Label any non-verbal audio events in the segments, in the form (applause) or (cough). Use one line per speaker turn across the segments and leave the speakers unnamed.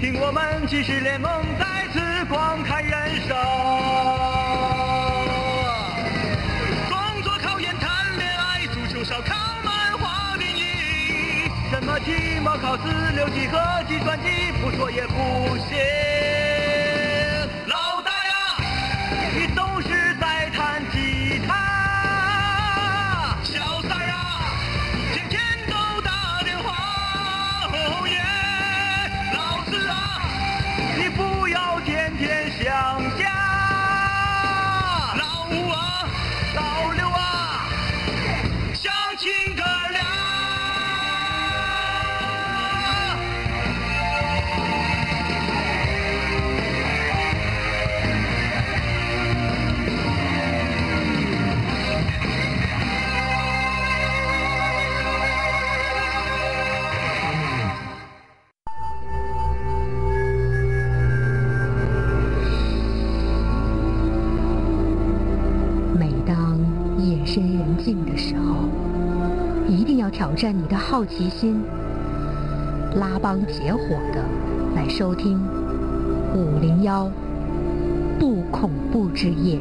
听我们骑士联盟再次光彩燃烧。工作考研谈恋爱，足球烧烤漫画电影，什么期末考试、六级和计算机，不说也不行。老大呀，你总是在弹吉他。小三儿啊，天天都打电话。哦耶，老子啊，你不要天天想家。老五啊，老六啊，相亲哥俩。
每当夜深人静的时候，一定要挑战你的好奇心，拉帮结伙的来收听五零幺不恐怖之夜。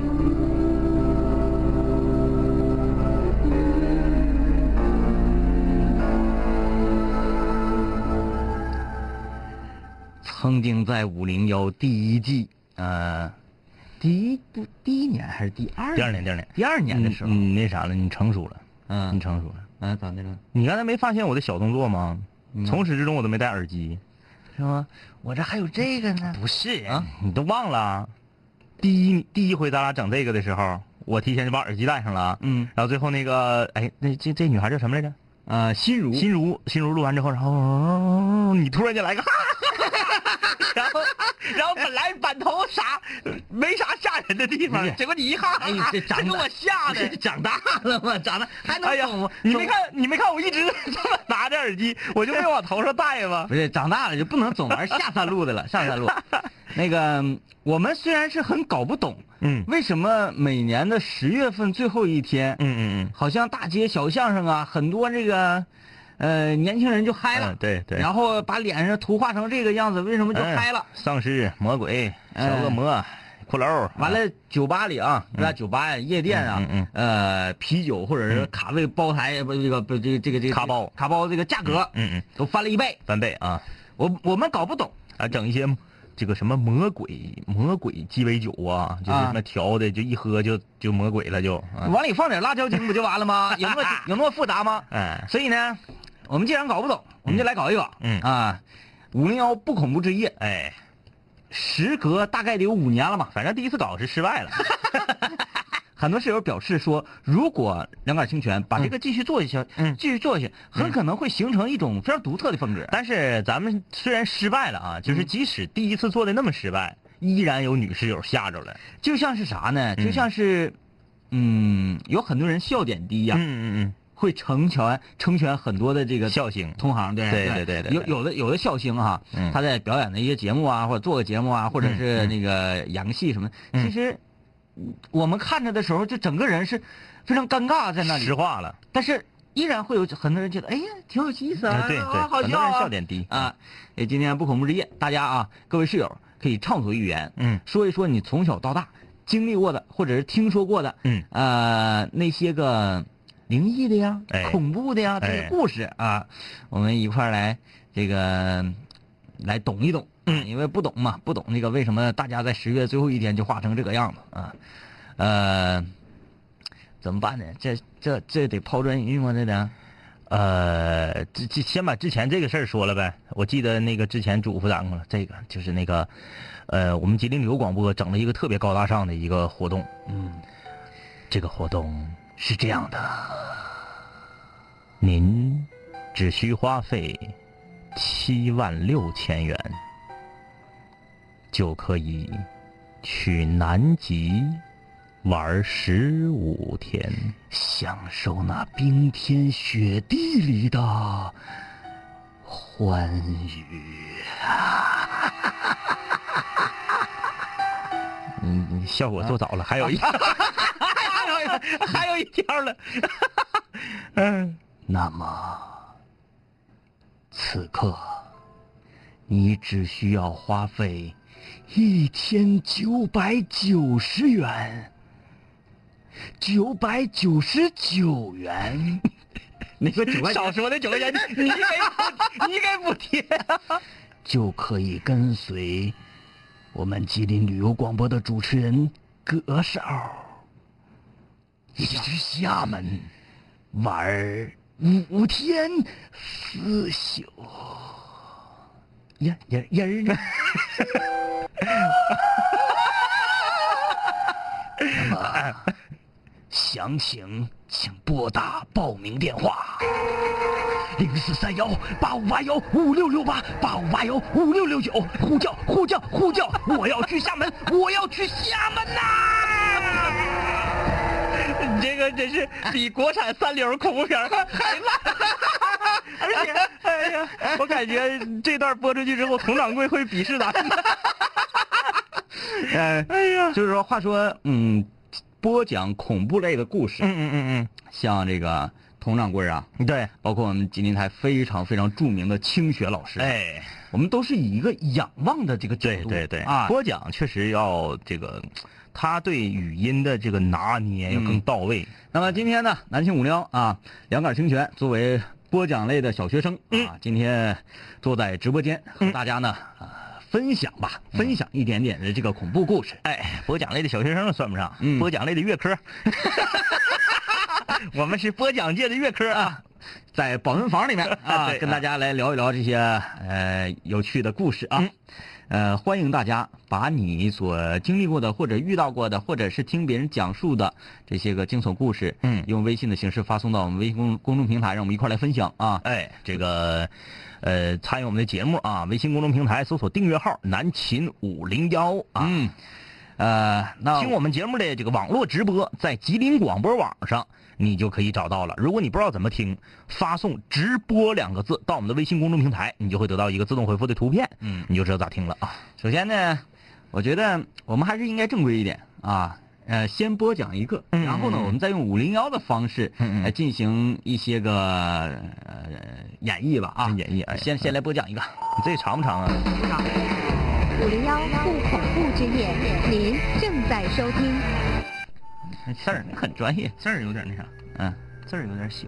曾经在五零幺第一季，呃，
第一部第一年还是第二？
第二年，第二年，
第二年的时候，
你你那嗯啥了，你成熟了，你
嗯，
成熟了。
啊，咋的了？
你刚才没发现我的小动作吗？
嗯
从始至终我都没戴耳机。
是吗？我这还有这个呢。
不是
啊，
你都忘了？第一第一回咱俩整这个的时候，我提前就把耳机戴上了。
嗯
然后最后那个，哎，那这这女孩叫什么来着？
啊，心如
心如，心如录完之后，然后、你突然间来个哈， (laughs) 然后然后本来板头啥没啥吓人的地
哎
方
呀，
结果你一哈，
哎呀这长
(laughs) 给
大
我吓的。
(laughs) 长大了吗？长大还
哎
能
呀
懂吗？，
你
懂
没看你没看我一直这么拿着耳机，我就没往头上戴吗？
不是长大了就不能总 (laughs) 玩下三路的了，上三路。那个嗯我们虽然是很搞不懂，
嗯
为什么每年的十月份最后一天，
嗯嗯
好像大街小巷上啊，很多这个呃年轻人就嗨了，
嗯对对
然后把脸上涂画成这个样子，为什么
嗯，
就嗨了？
丧尸、魔鬼、小恶魔、骷髅，
完了，酒吧里啊，那酒吧呀、夜店啊
嗯，嗯
呃，啤酒或者是卡位包台不这个不这个这个这个
卡包
卡包这个价格
嗯嗯，
都翻了一倍，
翻倍啊
我我们搞不懂，
啊，整一些这个什么魔鬼魔鬼鸡尾酒啊，就是
啊
什么调的，就一喝就就魔鬼了就，啊
往里放点辣椒精不就完了吗？
(laughs)
有那么有那么复杂吗？
哎，
所以呢，我们既然搞不懂，我们就来搞一搞。
嗯
啊，五零幺不恐怖之夜，
哎，
时隔大概得有五年了吧。
反正第一次搞是失败了， (laughs)
很多室友表示说，如果两杆清泉把这个继续做下去，
嗯
继续做下去，很可能会形成一种非常独特的风格。
但是咱们虽然失败了啊，就是即使第一次做的那么失败，依然有女室友吓着了，
就像是啥呢？
嗯
就像是，嗯，有很多人笑点低呀、
嗯嗯
会成全成全很多的这个
嗯，笑星，
同行，对
对
对
对对对
有有的有的笑星哈、
嗯
他在表演的一些节目啊，或者做个节目啊，或者是那个演个戏什么，
嗯
其实嗯我们看着的时候，就整个人是非常尴尬在那里
实，话了，
但是依然会有很多人觉得，哎呀，挺有意思啊，
对对，
啊好
很
笑
多人
啊，
笑点低，
啊，也今天不恐怖之夜，大家啊，各位室友可以畅所欲言，
嗯
说一说你从小到大经历过的，或者是听说过的，
嗯
呃，那些个灵异的呀、
哎
恐怖的呀这
哎
些故事啊，我们一块儿来这个来懂一懂，嗯，因为不懂嘛，不懂那个为什么大家在十月最后一天就画成这个样子啊，呃，怎么办呢？这这这得抛砖引玉吗？这得，
呃，这这先把之前这个事儿说了呗。我记得那个之前嘱咐咱
啊
们了，这个就是那个，呃，我们吉林旅游广播整了一个特别高大上的一个活动。
嗯，
这个活动是这样的，您只需花费七万六 (laughs) 千元，就可以去南极玩十五天，
享受那冰天雪地里的欢愉。啊
嗯，效果做早了，还有一。
还有一条了。
嗯，
那么，此刻，你只需要花费一千九百九十元，九百九十九元。 (laughs) 你说 (laughs) 九百
少说那九块钱，你你给 (laughs) 你给补贴。
就可以跟随我们吉林旅游广播的主持人葛少，一直厦门玩五天四宿。呀人人呢？那么详情请拨打报名电话。零四三幺八五八幺五六六八八五八幺五六六九，呼叫呼叫呼叫！我要去厦门， (laughs) 我要去厦门呐、
你这个真是比国产三流恐怖片儿还烂， (laughs) 而且，哎呀，我感觉这段播出去之后，佟掌柜会鄙视咱们。
呃，
(laughs) 哎呀，
就是说，话说，嗯，播讲恐怖类的故事，
嗯嗯
像这个佟掌柜啊，
嗯，对，
包括我们吉林台非常非常著名的清雪老师，，啊
哎，
我们都是以一个仰望的这个角
对
度，
对对，
啊，
播讲确实要这个，他对语音的这个
啊
拿捏要更到位。
那么今天呢，南青五零幺啊，两杆清泉作为播讲类的小学生
嗯
啊，今天坐在直播间和大家呢啊分享吧，分享一点点的这个恐怖故事。
嗯哎，播讲类的小学生算不上，
嗯
播讲类的月科，
(laughs)
我们是播讲界的月科啊。
在保温房里面啊，
(laughs) 对
跟
啊嗯
大家来聊一聊这些呃有趣的故事啊。呃，欢迎大家把你所经历过的，或者遇到过的，或者是听别人讲述的这些个惊悚故事，
嗯
用微信的形式发送到我们微信公公众平台，让我们一块儿来分享啊。
哎，
这个，呃，参与我们的节目啊，微信公众平台搜索订阅号“南秦五零幺”啊。
嗯，
呃，那
听我们节目的这个网络直播，在吉林广播网上你就可以找到了。如果你不知道怎么听，发送“直播”两个字到我们的微信公众平台，你就会得到一个自动回复的图片，
嗯，
你就知道咋听了啊。
首先呢，我觉得我们还是应该正规一点啊。呃，先播讲一个，
嗯
然后呢，
嗯嗯
我们再用五零幺的方式
嗯嗯
来进行一些个呃演绎吧啊，
演绎哎
先先来播讲一个，
你这长不长啊？
五零幺不恐怖之夜，您正在收听。
字儿很专业，字儿有点那啥，
嗯，
字儿有点小。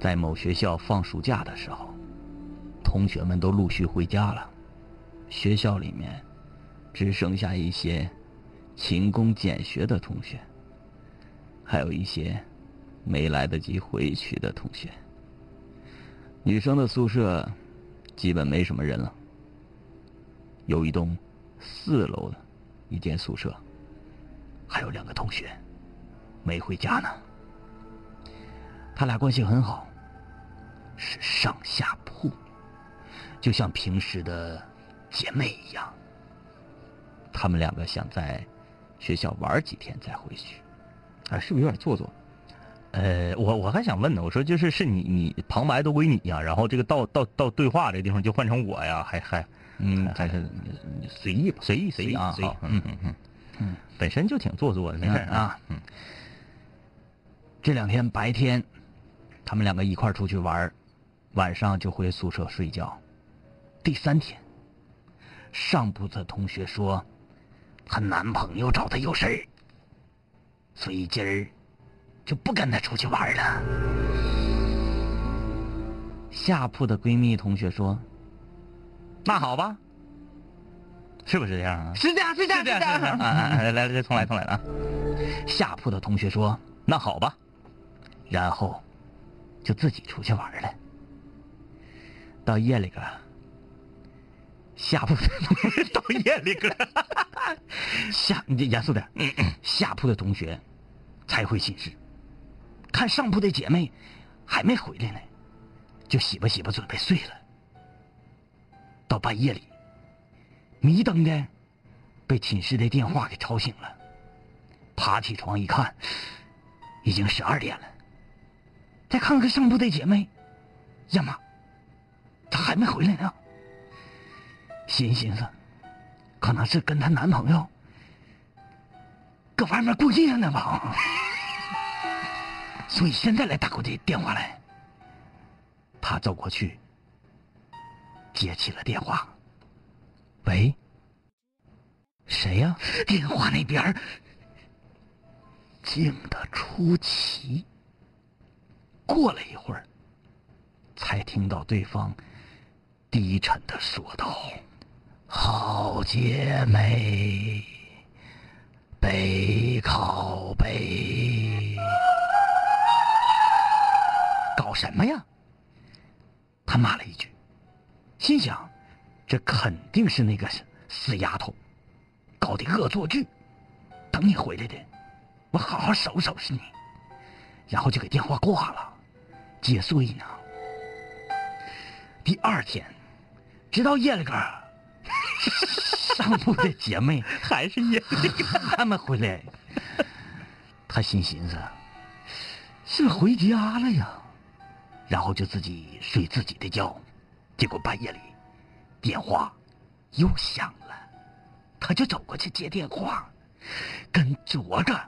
在某学校放暑假的时候，同学们都陆续回家了，学校里面只剩下一些勤工俭学的同学，还有一些没来得及回去的同学。女生的宿舍基本没什么人了，有一栋四楼的一间宿舍，还有两个同学没回家呢。他俩关系很好，是上下铺，就像平时的姐妹一样。他们两个想在学校玩几天再回去，哎，是不是有点做作？
呃，我我还想问呢，我说就是是你你旁白都归你呀、然后这个到到到对话这个地方就换成我呀，还还
嗯
还
还是
随意吧，随意随
随意
意
啊
随意
好，
嗯嗯嗯，本身就挺做作的，没
没
事
事
儿啊。
啊。嗯，这两天白天，他们两个一块儿出去玩儿，晚上就回宿舍睡觉。第三天，上铺的同学说，她男朋友找她有事儿，所以今儿就不跟她出去玩儿了。下铺的闺蜜同学说
那好吧，是不是这样啊：“？
是这样，是这
是这样，是这样啊啊！啊来来来，重来，重来啊！
下铺的同学说：“
那好吧，
然后就自己出去玩儿了。到夜里个，下铺的
到夜里
(laughs)
哥，
下，你严肃点儿，下铺的同学才回寝室，看上铺的姐妹还没回来呢，就洗吧洗吧准备睡了。到半夜里，迷瞪的被寝室的电话给吵醒了，爬起床一看，已经十二点了。再看看上铺的姐妹，呀妈，她还没回来呢。心寻思，可能是跟她男朋友搁外面过夜呢
(laughs)
吧，所以现在来打过这电话来。
他走过去，接起了电话。喂，谁呀、电话那边儿静得出奇。过了一会儿，才听到对方低沉的说道：“好姐妹，背靠背。”搞什么呀？他骂了一句，心想：这肯定是那个死死丫头搞的恶作剧。等你回来的，我好好收拾收拾你。然后就给电话挂了。接睡呢。第二天，直到夜里个儿上铺的姐妹
(laughs) 还是
(laughs)
夜里
他们回来，他心寻思，是不是回家了呀？然后就自己睡自己的觉，结果半夜里电话又响了，他就走过去接电话，跟昨个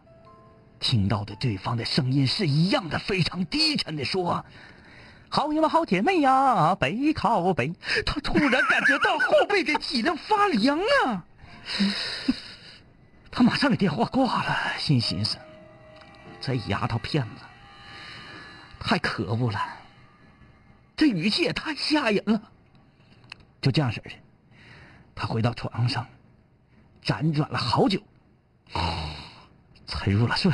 听到的对方的声音是一样的，非常低沉的说。好你们好姐妹呀，背靠背。他突然感觉到后背给脊梁发凉啊！他马上给电话挂了，心寻思：这丫头片子太可恶了，这语气也太吓人了。就这样式儿的，他回到床上，辗转了好久，才入了睡。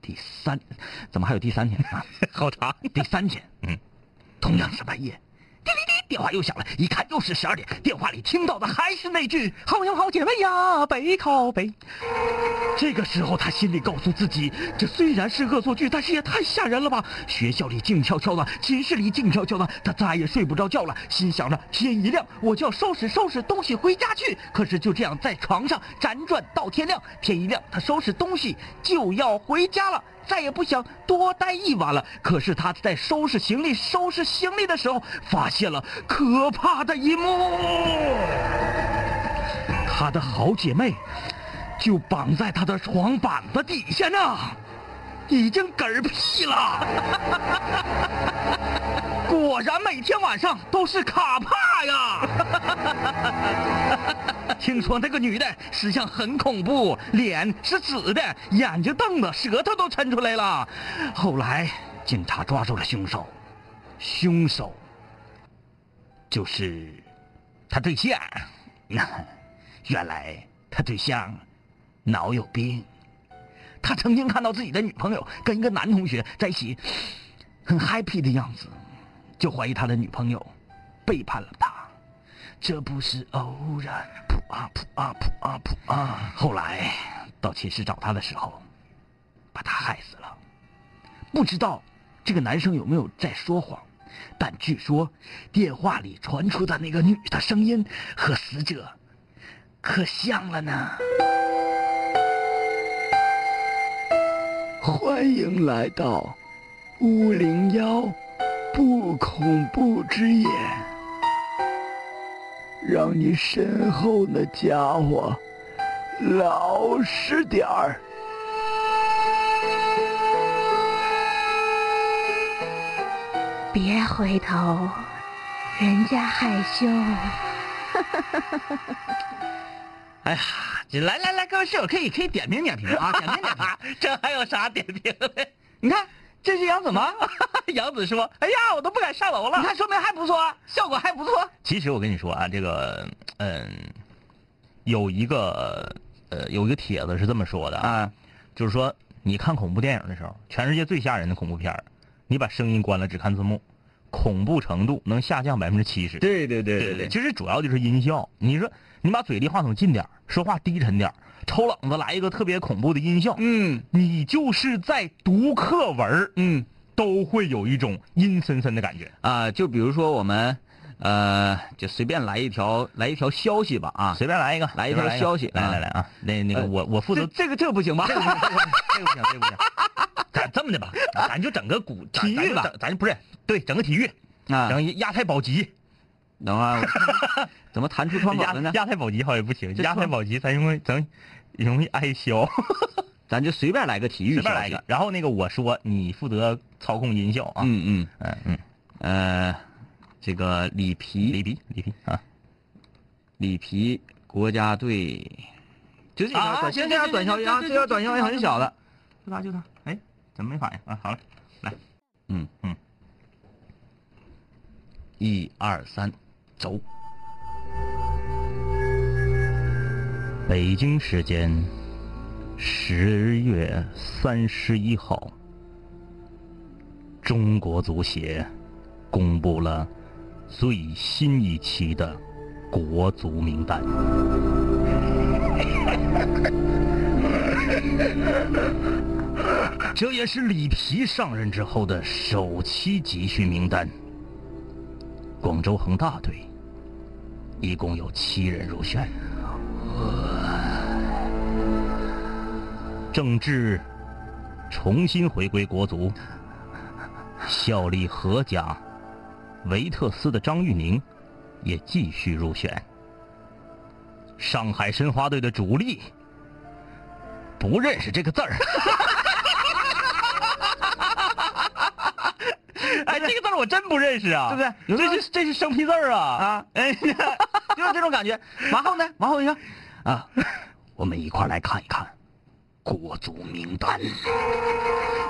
第三，怎么还有第三天啊？
(laughs) 好长。
第
(laughs)
三天，嗯，同样是半夜，滴滴滴，电话又响了，一看又是十二点，电话里听到的还是那句“好娘好姐妹呀，背靠背”。这个时候，他心里告诉自己，这虽然是恶作剧，但是也太吓人了吧！学校里静悄悄的，寝室里静悄悄的，他再也睡不着觉了。心想着，天一亮我就要收拾收拾东西回家去。可是就这样，在床上辗转到天亮，天一亮，他收拾东西就要回家了。再也不想多待一晚了。可是他在收拾行李、收拾行李的时候，发现了可怕的一幕：他的好姐妹就绑在他的床板子底下呢，已经嗝屁了。 (laughs) 果然每天晚上都是卡帕呀。 (laughs) 听说那个女的实相很恐怖，脸是紫的，眼睛瞪的，舌头都抻出来了。后来警察抓住了凶手，凶手就是他对象。 (laughs) 那原来他对象脑有病，他曾经看到自己的女朋友跟一个男同学在一起，很 happy 的样子，就怀疑他的女朋友背叛了他。这不是偶然。扑啊扑啊扑啊扑啊！后来到寝室找他的时候，把他害死了。不知道这个男生有没有在说谎，但据说电话里传出的那个女的声音和死者可像了呢。欢迎来到五零幺不恐怖之夜。让你身后那家伙老实点儿。
别回头，人家害羞。
哎呀，这来来来，各位室友可以可以点评点评
(laughs)
啊，点评点评。
这还有啥点评的？
你看，这是杨子萌，
(laughs) 杨子说：“哎呀，我都不敢上楼
你
了。
看说明还不错，啊效果还不错。”
其实我跟你说啊，这个嗯，有一个呃，有一个帖子是这么说的啊，
啊，
就是说你看恐怖电影的时候，全世界最吓人的恐怖片儿你把声音关了，只看字幕，恐怖程度能下降百分之七十。
对对对
其实主要就是音效。你说你把嘴离话筒近点儿说话低沉点儿抽冷子来一个特别恐怖的音效，
嗯
你就是在读课文儿
嗯
都会有一种阴森森的感觉。
啊，就比如说我们呃，就随便来一条来一条消息吧啊，
随便来一个，
来一
随便
条消息
来
啊
来来啊，那那个
呃
我我负责
这这个这个不行吧？
(laughs)
这个不行，这个不行，这个不行。咱这么的吧，咱就整个古咱
体育吧
咱就整咱就不是对，整个体育，
啊，
整亚太保级，
等会儿
(laughs)
我怎么弹出窗口
亚
了呢？
亚太保级好像也不行，
这
亚太
创
保级咱容易咱容易挨削，
咱就随便来个体育
随
消
便来一
息
个。然后那个我说，你负责
操控音效啊。
嗯嗯
嗯嗯，
呃，这个里皮
里皮里皮啊
里皮国家队，就这条
啊！
短，
现
现
在
在
这条短
条
消息
短消息
啊，
啊，
这
这
条
条
短
短
消息
消息
很
很
小
小
的
的，，
就它就它，哎，怎么没反应啊？好了，来，
嗯
嗯，
一二三，走。
北京时间十月三十一号，中国足协公布了最新一期的国足名单。 (laughs) 这也是里皮上任之后的首期集训名单。广州恒大队一共有七人入选。呃郑智重新回归国足，效力荷甲维特斯的张玉宁也继续入选。上海申花队的主力不认识这个字儿。 (laughs) 哎，这个字儿我真不认识啊，
对不对有
这是这是生僻字儿啊啊！哎，就是这种感觉。然后呢，然后你看啊，我们一块儿来看一看国足名单。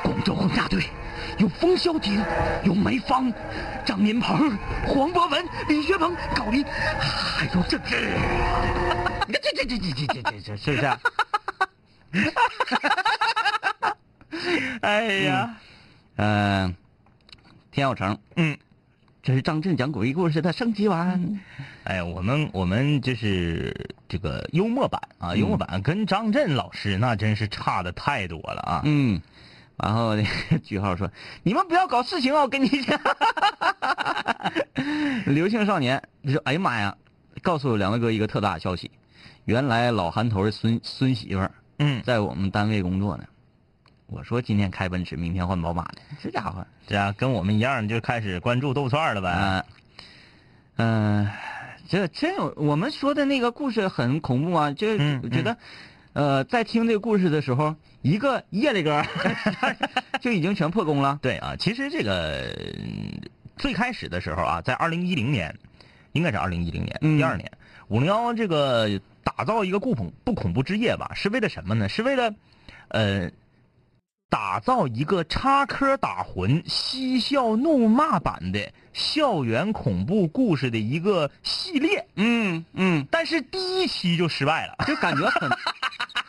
广州恒大队有冯潇霆，有梅芳、张琳芃、黄博文、李学鹏、高林，还有郑智。 (laughs) 你看这这这这这这这这是不是啊？ (laughs) 哎呀，
呃，田小成，
嗯，
这是张震讲诡异故事的升级版。
哎，我们我们就是这个幽默版啊，幽默版跟张震老师那真是差的太多了啊。
嗯，然后那个句号说：“你们不要搞事情啊！我跟你讲。”流星少年就说：“哎呀妈呀！”告诉两位哥一个特大消息，原来老韩头的孙孙媳妇儿
嗯，
在我们单位工作呢。我说今天开奔驰，明天换宝马呢。这家伙，
这样跟我们一样就开始关注豆串了呗。
啊，嗯、这真有我们说的那个故事很恐怖啊，就是
嗯
我觉得，呃，在听这个故事的时候，一个夜里哥 (laughs) 就已经全破功了。
对啊，其实这个嗯最开始的时候啊，在二零一零年，应该是二零一零年，
嗯
第二年，五零幺这个打造一个不恐不恐怖之夜吧，是为了什么呢？是为了，呃，打造一个插科打诨、嬉笑怒骂版的校园恐怖故事的一个系列。
嗯嗯，
但是第一期就失败了。 (laughs)
就感觉很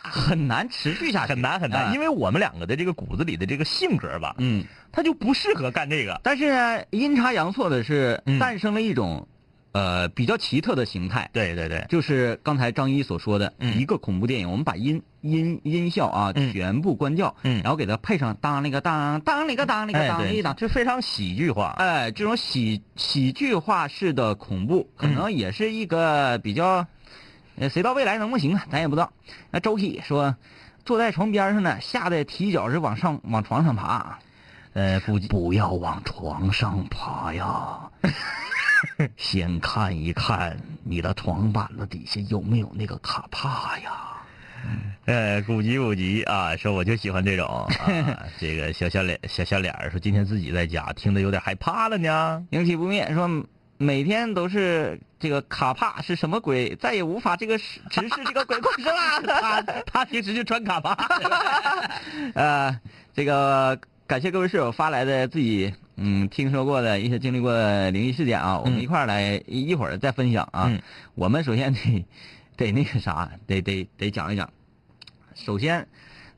(laughs) 很难持续下去，
很难很难，
啊
因为我们两个的这个骨子里的这个性格吧，
嗯。
他就不适合干这个。
但是呢，阴差阳错的是
嗯
诞生了一种，呃，比较奇特的形态。
对对对，
就是刚才张一所说的
嗯
一个恐怖电影，我们把音音音效啊、
嗯
全部关掉，
嗯哎
然后给它配上当那个当当那个当那个当那
对，
个当，
就非常喜剧化。
哎，这种喜喜剧化式的恐怖，可
嗯
能也是一个比较，呃，谁到未来能不能行啊？咱也不知道。那周启说，坐在床边上呢，吓得提脚是往上往床上爬，
呃，估计
不要往床上爬呀， (laughs) 先看一看你的床板子底下有没有那个卡帕呀。
呃，古籍古籍啊，说我就喜欢这种 (laughs) 啊，这个小小脸小小脸儿说今天自己在家听得有点害怕了呢。
影体不灭说，每天都是这个卡帕是什么鬼，再也无法这个实直视这个鬼故事
(laughs) 他
(laughs) 了。
他平时就穿卡 (laughs) 巴，
(laughs) 呃，这个感谢各位室友发来的自己嗯听说过的一些经历过的灵异事件啊，我们一块儿来一一会儿再分享啊。
嗯
我们首先得得那个啥，得得得讲一讲。首先，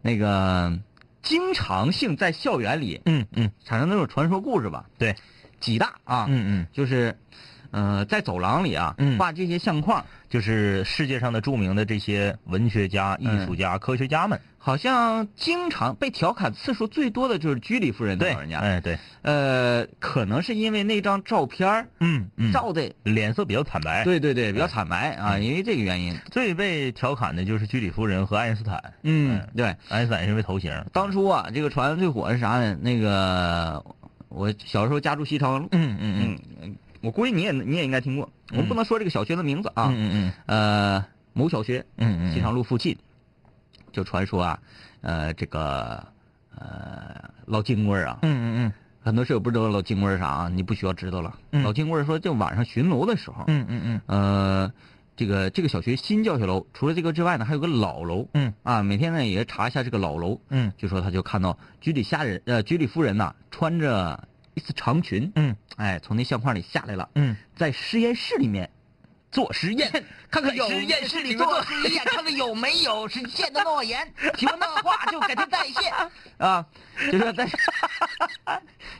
那个经常性在校园里
嗯嗯
产生那种传说故事吧，
对，
几大啊，
嗯嗯，
就是，呃，在走廊里啊，
嗯
挂这些相框，
就是世界上的著名的这些文学家、艺术家、科学家们，
好像经常被调侃次数最多的就是居里夫人的
对
老，人家。
哎对，
呃，可能是因为那张照片儿
嗯嗯，哎
照的，
脸色比较坦白。
对对对，比较惨白啊，因为这个原因。
最被调侃的就是居里夫人和爱因斯坦，哎
嗯，对，
爱因斯坦是因为头型。
当初啊，这个传闻最火是啥呢？那个我小时候家住西昌路，
嗯嗯
嗯，嗯我估计你也你也应该听过，我们不能说这个小学的名字
嗯
啊，
嗯
呃，某小学，
嗯嗯嗯
西昌路附近，就传说啊，呃，这个呃，老金棍儿啊，
嗯嗯
很多室友不知道老金棍儿是啥啊，你不需要知道了。
嗯
老金棍儿说，就晚上巡楼的时候，
嗯嗯嗯
呃，这个这个小学新教学楼，除了这个之外呢，还有个老楼。
嗯
啊，每天呢也查一下这个老楼。
嗯
据说他就看到居里下人呃居里夫人呐、穿着一丝长裙，
嗯
哎，从那相框里下来了，
嗯，
在实验室里面做实
(laughs)
验，看看有
实验室里做实验，看看有没有实现的诺言，
(laughs)
喜欢的话就给他再现。
啊，就说在， (laughs)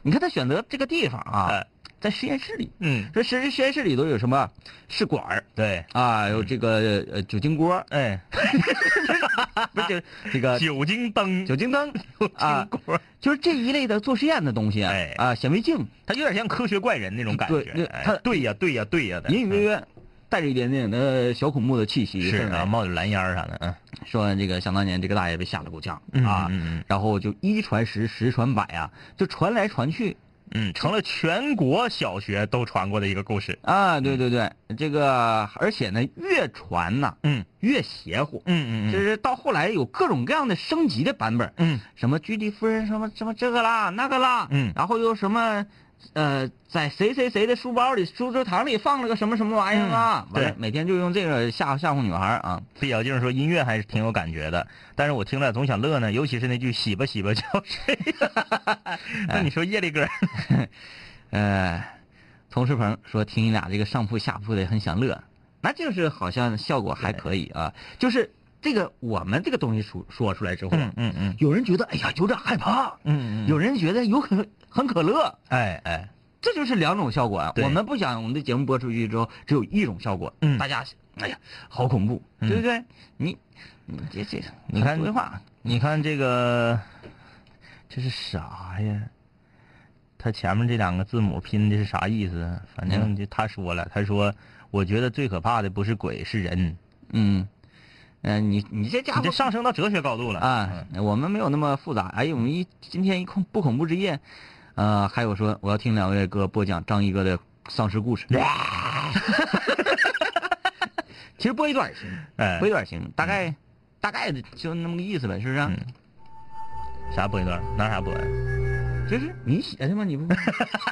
你看他选择这个地方啊
哎，
在实验室里，
嗯，
这实实验室里头有什么试管儿
对，
啊，有这个呃酒精锅儿，
哎，
不是酒
(laughs)
这个
呃酒精灯，
酒精灯啊，
锅，
就是这一类的做实验的东西啊
哎，
啊显微镜
它有点像科学怪人那种感
对
觉
对。
哎
它
对呀，对呀，对呀的，
隐隐约约带着一点点的小恐怖的气息，
哎是
甚至
啊，冒着蓝烟儿啥的，嗯
说这个想当年这个大爷被吓得够呛
嗯
啊
嗯嗯，
然后就一传十，十传百啊，就传来传去
嗯，成了全国小学都传过的一个故事。
啊，对对对，这个而且呢越传呐、
嗯
越邪乎，
嗯
就
嗯
是到后来有各种各样的升级的版本，
嗯
什么居里夫人什么什么这个啦那个啦，
嗯
然后又什么。呃，在谁谁谁的书包里、书桌堂里放了个什么什么玩意儿啊？
嗯
完了
对
每天就用这个吓吓唬女孩儿啊。
毕小静说音乐还是挺有感觉的，但是我听了总想乐呢，尤其是那句“洗吧洗 (laughs) 吧叫谁”，那你说夜里歌，
呃，童世鹏说听你俩这个上铺下铺的很想乐，那就是好像效果还可以啊。就是这个我们这个东西说说出来之后啊，
嗯嗯
有人觉得哎呀有点害怕，
嗯
有人觉得有可很可乐，
哎哎，
这就是两种效果啊。
对
我们不想我们的节目播出去之后只有一种效果，
嗯
大家哎呀好恐怖，
嗯
对不对？你你这这
你看
规划
你看这个，这是啥呀？他前面这两个字母拼的是啥意思啊？反正就他说了，他说我觉得最可怕的不是鬼，是人。
嗯嗯、呃你你这家
你
伙
这上升到哲学高度了
啊！，我们没有那么复杂。哎，我们一今天一恐不恐怖之夜，呃，还有说我要听两位哥播讲张一哥的丧尸故事。 (laughs)
嗯
其实播一段也行，
哎
播一段也行，大概、大概就那么个意思呗，是不是、啊？
嗯啥播一段？拿啥播呀？
就是你写的吗？
(laughs)
你不，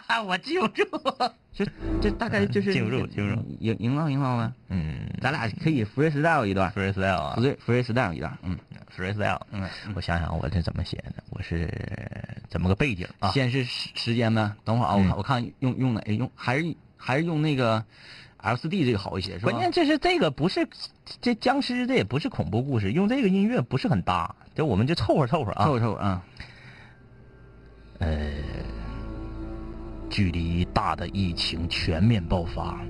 啊我记不住。
就就大概就是
记不住记不住，
营营造营造呗。
嗯
咱俩可以 freestyle 一段
，freestyle 啊
，free freestyle 一段，嗯，
，freestyle。嗯，我想想，我这怎么写的？我是怎么个背景啊？嗯
先是时时间呗，等会儿啊，我看我看用用哪用还是还是用那个 L 四 D 这个好一些，是吧？
关键这是这个不是这僵尸，这也不是恐怖故事，用这个音乐不是很搭，就我们就凑合凑合啊。
凑合凑合啊，
距离大的疫情全面爆发，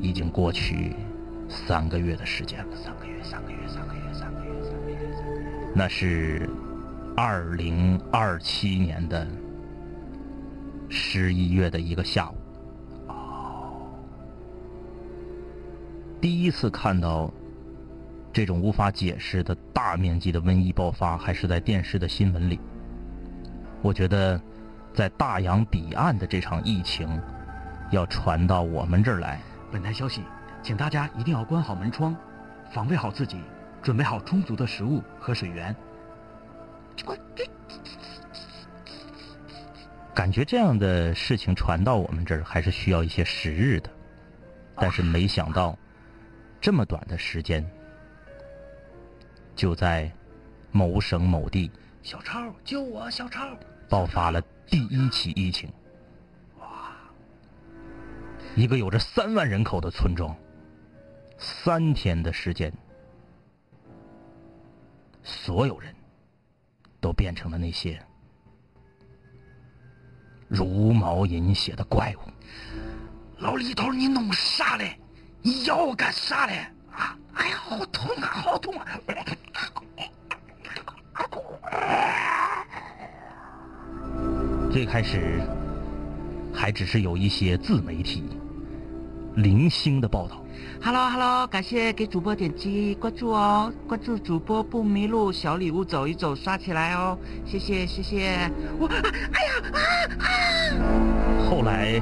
已经过去三个月的时间了。三个月，三个月，三个月，三个月，三个月，三个月。那是二零二七年的十一月的一个下午。第一次看到这种无法解释的大面积的瘟疫爆发，还是在电视的新闻里。我觉得，在大洋彼岸的这场疫情，要传到我们这儿来。
本台消息，请大家一定要关好门窗，防备好自己，准备好充足的食物和水源。
感觉这样的事情传到我们这儿，还是需要一些时日的。但是没想到，这么短的时间，就在某省某地
小超，救我！小超，
爆发了第一起疫情。一个有着三万人口的村庄，三天的时间，所有人都变成了那些茹毛饮血的怪物。
老李头，你弄啥嘞？你咬我干啥嘞？啊！哎呀，好痛啊，好痛啊！
最开始还只是有一些自媒体零星的报道，
Hello Hello，感谢给主播点击关注哦，关注主播不迷路，小礼物走一走刷起来哦，谢谢谢谢。我哎呀啊
后来，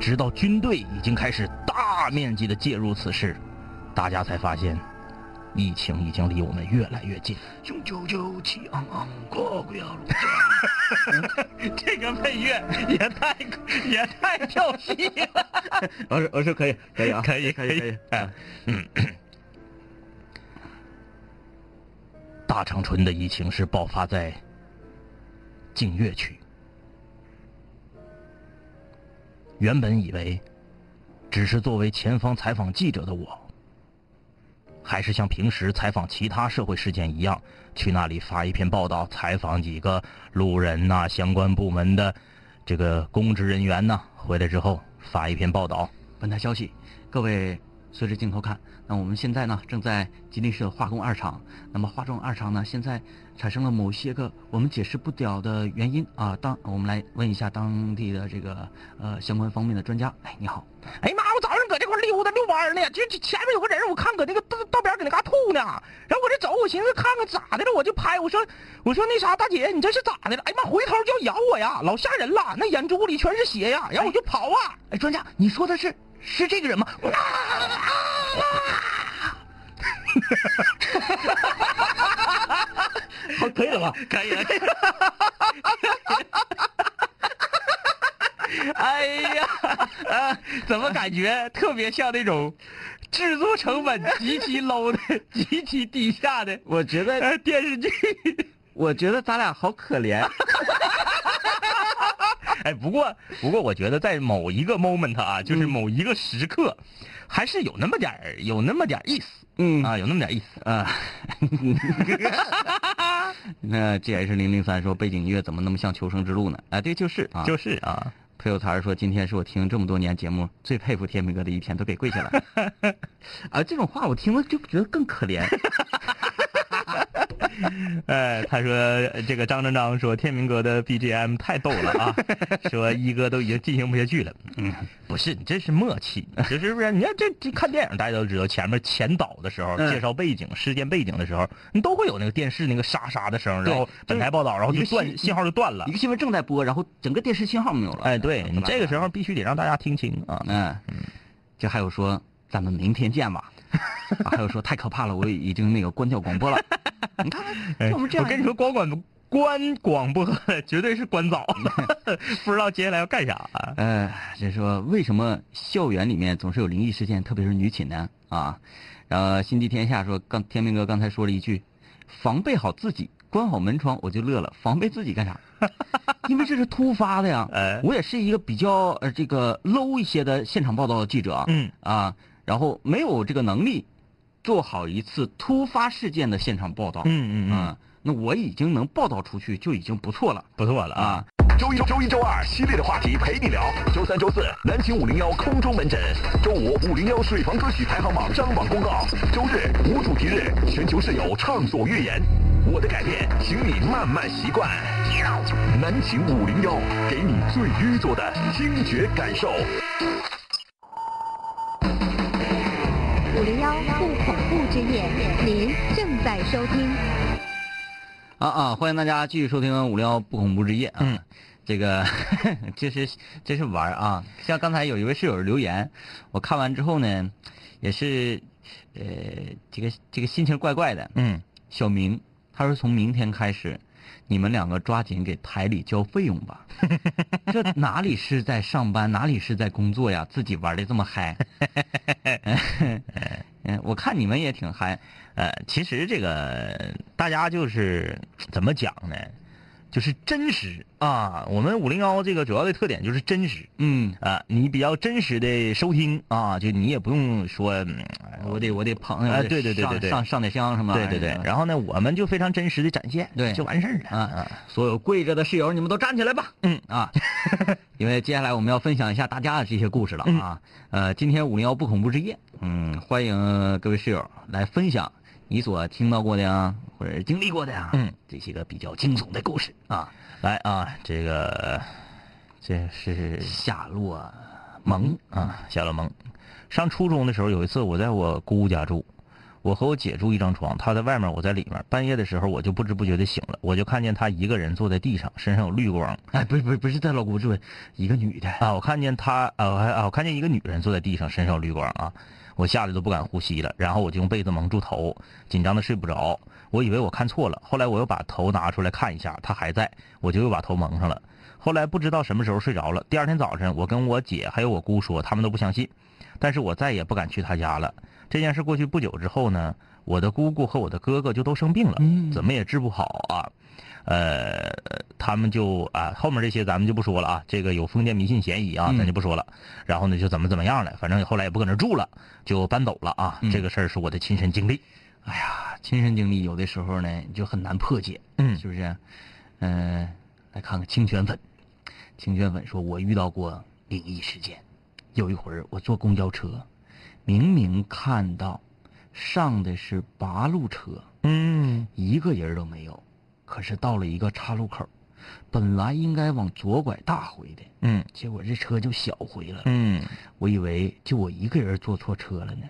直到军队已经开始大面积的介入此事，大家才发现，疫情已经离我们越来越近。
雄赳赳，气昂昂，过过呀路。
(laughs)
这个配乐也太也太跳戏了。我说我说可以可以啊，
(laughs) 可以
可以
可
可
以
以。哎，
大长春的疫情是爆发在净月区。原本以为只是作为前方采访记者的我，还是像平时采访其他社会事件一样，去那里发一篇报道，采访几个路人呐、相关部门的这个公职人员呐、回来之后发一篇报道。
本台消息，各位随着镜头看，那我们现在呢正在吉林市的化工二厂，那么化工二厂呢现在产生了某些个我们解释不了的原因啊，当我们来问一下当地的这个呃相关方面的专家，哎你好，
哎呀妈！我早上搁这块溜达遛弯呢，这这前面有个人，我看搁那个道道边搁那嘎吐呢。然后我这走，我寻思看看咋的了，我就拍，我说我说那啥大姐，你这是咋的了？哎呀妈！回头就咬我呀，老吓人了，那眼珠里全是血呀。然后我就跑啊。
哎专家你说的是是这个人吗？
好，可以了吧？
可以了。
(laughs)
哎呀，啊，怎么感觉特别像那种制作成本极其 low 的、 (laughs) 极其低下的
我觉得
呃电视剧？我觉得咱俩好可 (laughs) 怜。
哎，不过不过，我觉得在某一个 moment 啊，
嗯
就是某一个时刻，还是有那么点儿有那么点儿意思，
嗯
啊，有那么点儿意思。 (laughs)
啊，那 G H 零零三说背景音乐怎么那么像《求生之路》呢？啊，对，就是啊，
哎就是啊，
配有词儿说：“今天是我听这么多年节目最佩服天明哥的一天，都给跪下了。”
(laughs)
啊，这种话我听了就觉得更可怜。
呃，他说呃这个张张张说天明哥的 BGM 太逗了
(laughs)
啊，说一哥都已经进行不下去了。嗯，不是，你这是默契，就是不是？你看这这看电影，大家都知道，前面前导的时候，
嗯
介绍背景、事件背景的时候，你都会有那个电视那个沙沙的声，
对
然后本台报道，然后
一
就
个
断
信
信号就断了
一。个新闻正在播，然后整个电视信号没有了。
哎，对你这个时
候，
候必须得让大家听清啊。
嗯，这还有说咱们明天
(laughs)
见吧，啊还有说太可怕了，我已经那个关掉广
(laughs)
播了。你看看，
哎
就我们这样，
我跟你说，，光管关广播 (laughs) 绝对是关早了， (laughs) 不知道接下来要干啥啊。
呃，这说为什么校园里面总是有灵异事件，特别是女寝呢？啊，然后心系天下说，刚天明哥刚才说了一句，防备好自己，关好门窗，我就乐了，防备自己
(laughs)
干啥？因为这是突发的呀。
哎
我也是一个比较呃这个 low 一些的现场报道的记者，
嗯
啊，然后没有这个能力做好一次突发事件的现场报道，
嗯嗯嗯，
啊，那我已经能报道出去就已经不错了
不错了啊。
啊。
周一、周一周二系列的话题陪你聊，周三、周四南秦五零幺空中门诊，周五五零幺水房歌曲排行榜张榜公告，周日无主题日，全球室友畅所欲言。我的改变，请你慢慢习惯。南秦五零幺给你最晕浊的听觉感受。
五零幺不恐怖之夜，您正在收听。
啊啊！欢迎大家继续收听五聊不恐怖之夜啊。
嗯
这个 (laughs) 这是这是玩儿啊，像刚才有一位室友留言，我看完之后呢，也是呃这个这个心情怪怪的。
嗯，
小明他说从明天开始，你们两个抓紧给台里交费用吧。这哪里是在上班，哪里是在工作呀？自己玩的这么嗨。 (laughs) 嗯，我看你们也挺嗨。
呃，其实这个大家就是怎么讲呢？就是真实啊！我们五零幺这个主要的特点就是真实
嗯，
啊，你比较真实的收听啊，就你也不用说，嗯哎
我得我得捧，
哎
我得
对对对对
上
对
上上点香什么玩意
对
儿的？
对对。然后呢，我们就非常真实的展现，
哎对
就完事儿了
啊，所有跪着的室友，你们都站起来吧。
嗯
啊， (laughs) 因为接下来我们要分享一下大家的这些故事了
嗯
啊。呃，今天五零幺不恐怖之夜，嗯，欢迎各位室友来分享你所听到过的呀，或者是经历过的呀，
嗯，
这些个比较惊悚的故事啊。
来啊，这个这是
夏洛
萌
嗯
啊，夏洛萌。上初中的时候，有一次我在我姑家住，我和我姐住一张床，她在外面，我在里面。半夜的时候，我就不知不觉的醒了，我就看见她一个人坐在地上，身上有绿光
哎，不是不是不是，她老公是一个女的，
呃啊，我看见她啊，我还啊，我看见一个女人坐在地上，身上有绿光啊。我吓得都不敢呼吸了，然后我就用被子蒙住头，紧张的睡不着。我以为我看错了，后来我又把头拿出来看一下，他还在，我就又把头蒙上了。后来不知道什么时候睡着了。第二天早晨，我跟我姐还有我姑说，他们都不相信，但是我再也不敢去他家了。这件事过去不久之后呢，我的姑姑和我的哥哥就都生病了，
嗯
怎么也治不好啊。呃，他们就啊，后面这些咱们就不说了啊，这个有封建迷信嫌疑啊，
嗯
咱就不说了。然后呢，就怎么怎么样了，反正后来也不搁那住了，就搬走了啊。
嗯
这个事儿是我的亲身经历。
哎呀，亲身经历有的时候呢就很难破解，
嗯
是不是？嗯、来看看清泉粉，清泉粉说，我遇到过灵异事件。有一回儿我坐公交车，明明看到上的是八路车，
嗯
一个人都没有，可是到了一个岔路口，本来应该往左拐大回的，
嗯
结果这车就小回了。
嗯
我以为就我一个人坐错车了呢，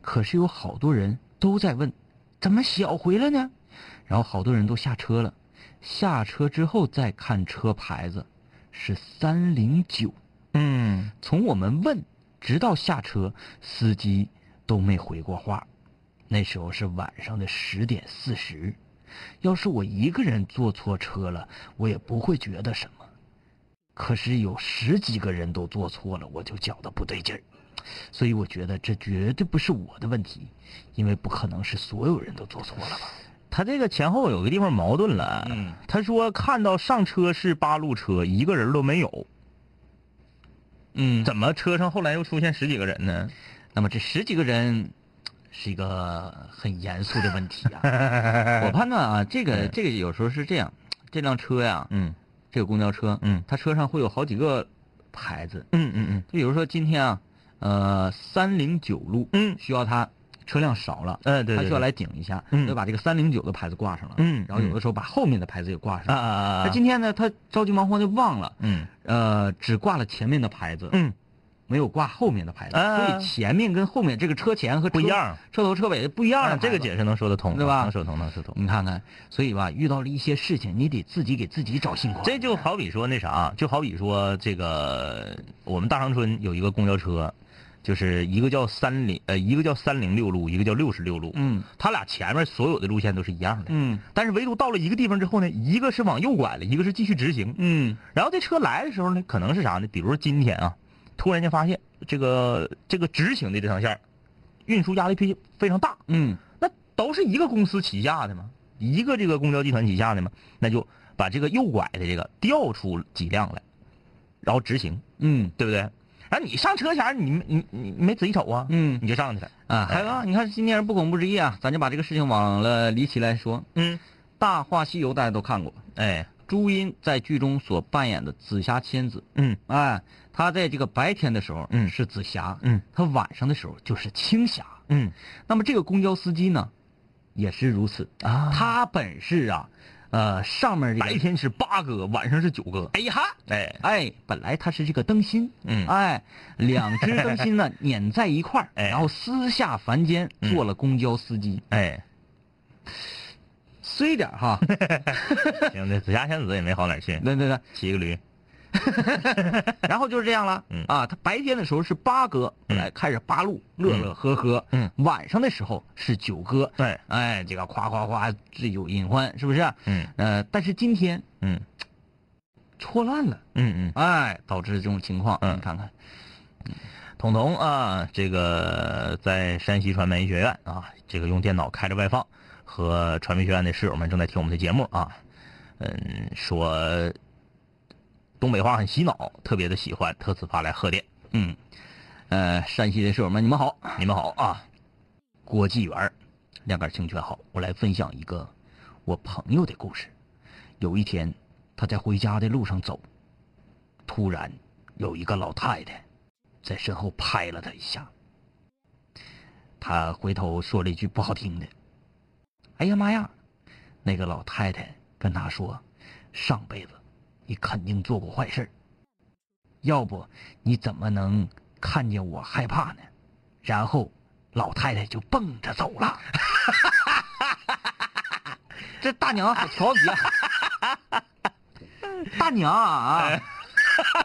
可是有好多人都在问，怎么小回了呢？然后好多人都下车了，下车之后再看车牌子，是三零九。
嗯
从我们问直到下车，司机都没回过话。那时候是晚上的十点四十，要是我一个人坐错车了，我也不会觉得什么。可是有十几个人都坐错了，我就觉得不对劲儿。所以我觉得这绝对不是我的问题，因为不可能是所有人都坐错了吧？
他这个前后有个地方矛盾了。
嗯，
他说看到上车是八路车，一个人都没有，
嗯
怎么车上后来又出现十几个人呢？
那么这十几个人是一个很严肃的问题
(laughs)
啊。我判断啊，这个
嗯
这个有时候是这样，这辆车呀，
嗯
这个公交车，
嗯
它车上会有好几个牌子，
嗯嗯
就比如说今天啊，呃，三零九路，
嗯
需要它车辆少了，
嗯，哎对，
它
对
需要，来顶一下，
嗯
就把这个三零九的牌子挂上了，
嗯
然后有的时候把后面的牌子也挂
对啊
上。
啊啊啊，
那今天呢，他着急忙慌就忘了，
嗯
呃，只挂了前面的牌子，
嗯
没有挂后面的牌子，
啊
所以前面跟后面这个车前和车
不一样，
车头车尾不一样的
啊，
牌子、
这个解释能说得通，
对吧
能说得通，能说得通。
你看看，所以吧，遇到了一些事情，你得自己给自己找信口。
这就好比说那啥，啊就好比说这个，我们大长春有一个公交车，就是一个叫三零呃，一个叫三零六路，一个叫六十六路，
嗯
它俩前面所有的路线都是一样的，
嗯
但是唯独到了一个地方之后呢，一个是往右拐了，一个是继续直行，
嗯
然后这车来的时候呢，可能是啥呢？比如说今天啊，突然间发现这个这个直行的这条线儿运输压力非非常大，
嗯
那都是一个公司旗下的嘛，一个这个公交集团旗下的嘛，那就把这个右拐的这个调出几辆来，然后执行，
嗯
对不对？然后你上车前儿你你你你没仔细瞅啊，
嗯
你就上去了，
啊，还有啊，你看今天是不恐怖之夜啊，咱就把这个事情往了离奇来说，《
嗯，
大话西游》大家都看过，
哎，
朱茵在剧中所扮演的紫霞仙子，
嗯
哎，她在这个白天的时候，
嗯
是紫霞，
嗯，
她晚上的时候就是青霞。
嗯
那么这个公交司机呢，也是如此，
啊他
他本是啊，呃，上面这个
白天是八个，晚上是九个，
哎呀哈，
哎，
哎，本来它是这个灯芯，
嗯
哎，两只灯芯
(laughs)
呢碾在一块儿，
哎
然后私下凡间
嗯
做了公交司机，
哎，
衰点
(laughs)
儿哈，
行，这紫霞仙子也没好哪儿去，
对对对，
骑个驴，
然后就是这样了，
嗯
啊，他白天的时候是八哥，本来开始八路，乐乐呵呵，
嗯
晚上的时候是九哥，
对，
哎，这个夸夸夸，罪有隐患，是不是？
嗯
呃，但是今天
嗯
错乱了，
嗯嗯。
哎，导致这种情况，
嗯
你看看，
彤彤啊，这个在山西传媒学院啊，这个用电脑开着外放，和传媒学院的室友们正在听我们的节目啊，嗯，说东北话很洗脑，特别的喜欢，特此发来贺电。
嗯，呃，山西的室友们，你们好，
你们好啊，
郭纪元儿，两杆清泉好，我来分享一个我朋友的故事。有一天，他在回家的路上走，突然有一个老太太在身后拍了他一下。他回头说了一句不好听的：“哎呀妈呀！”那个老太太跟他说：“上辈子你肯定做过坏事儿要不你怎么能看见我害怕呢？”然后老太太就蹦着走了。 (laughs) 这大娘好调皮啊！啊 (laughs) 大娘啊，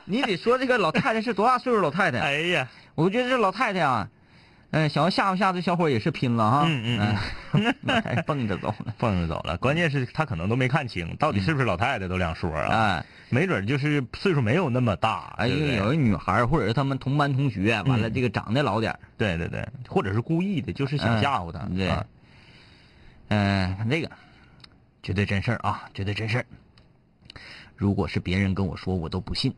你得说这个老太太是多大岁数老太太？
(laughs) 呀，
我觉得这老太太啊，呃，想要吓唬吓唬小伙也是拼了哈。
嗯嗯
(laughs) 嗯，还蹦着走呢。
蹦着走了。关键是他可能都没看清，到底是不 (laughs) 是老太太都两说啊？
哎，
没准就是岁数没有那么大，
哎，
对不对
有一女孩儿或者是他们同班同学，啊完了
嗯
这个长得老点儿，
对对对，或者是故意的，就是想
嗯
吓唬他。
对
啊
嗯，看这个，绝对真事儿啊，绝对真事儿。如果是别人跟我说，我都不信。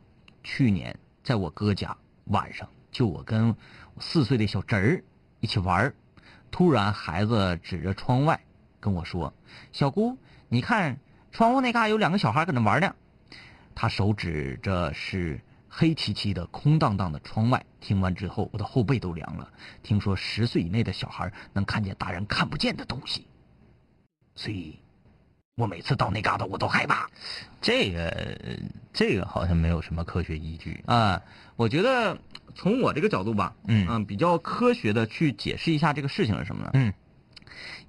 去年在我哥家晚上，就我跟我四岁的小侄儿一起玩儿，突然孩子指着窗外跟我说：“小姑，你看窗户那嘎有两个小孩搁那玩呢。”他手指着是黑漆漆的、空荡荡的窗外。听完之后，我的后背都凉了。听说十岁以内的小孩能看见大人看不见的东西，所以，我每次到那旮瘩我都害怕。
这个呃这个好像没有什么科学依据。
啊、我觉得从我这个角度吧，啊
嗯
比较科学的去解释一下这个事情是什么呢？
嗯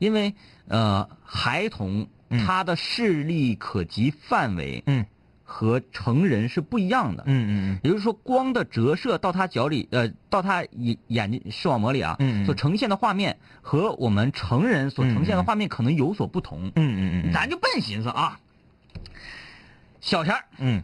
因为呃，孩童
嗯
他的视力可及范围
嗯
和成人是不一样的。
嗯嗯
也就是说，光的折射到他脚里，呃，到他眼眼睛视网膜里啊，
嗯嗯
所呈现的画面和我们成人所呈现的画面可能有所不同。
嗯嗯嗯
咱就笨寻思啊，小前儿
嗯，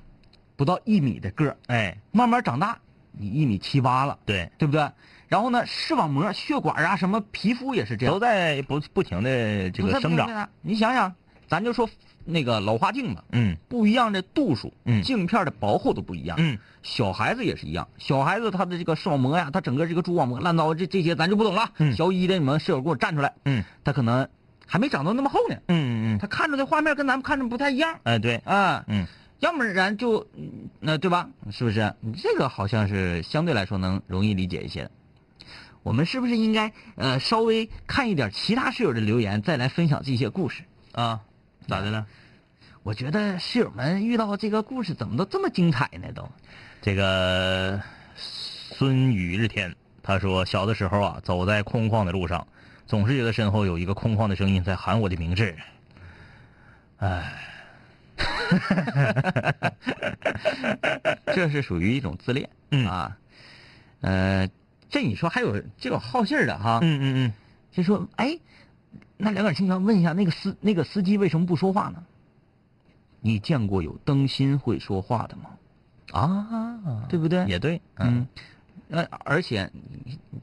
不到一米的个儿，
哎，
慢慢长大，你一米七八了，
对，
对不对？然后呢，视网膜、血管啊，什么皮肤也是这样
都，在不不停的这
不
个
太
生
不
长。
太你想想，咱就说那个老花镜子，
嗯
不一样的度数，
嗯
镜片的薄厚都不一样。
嗯
小孩子也是一样，小孩子他的这个视网膜呀，他整个这个蛛网膜、烂糟这这些咱就不懂了。
嗯
小一的你们室友给我站出来，
嗯
他可能还没长到那么厚呢，
嗯嗯嗯，
他看着的画面跟咱们看着不太一样
哎对，
啊。
嗯
要不然就，嗯那、对吧？是不是？你这个好像是相对来说能容易理解一些。我们是不是应该呃稍微看一点其他室友的留言，再来分享这些故事？
啊，咋的了？
我觉得室友们遇到这个故事怎么都这么精彩呢？都，
这个孙宇日天他说，小的时候啊，走在空旷的路上，总是觉得身后有一个空旷的声音在喊我的名字。
这是属于一种自恋，
嗯
啊，呃，这你说还有这种好信儿的哈，
嗯嗯嗯，
就说哎，那两杆清泉问一下那个司那个司机为什么不说话呢？你见过有灯芯会说话的吗？
啊，
对不对？
也哎对，
嗯，呃，而且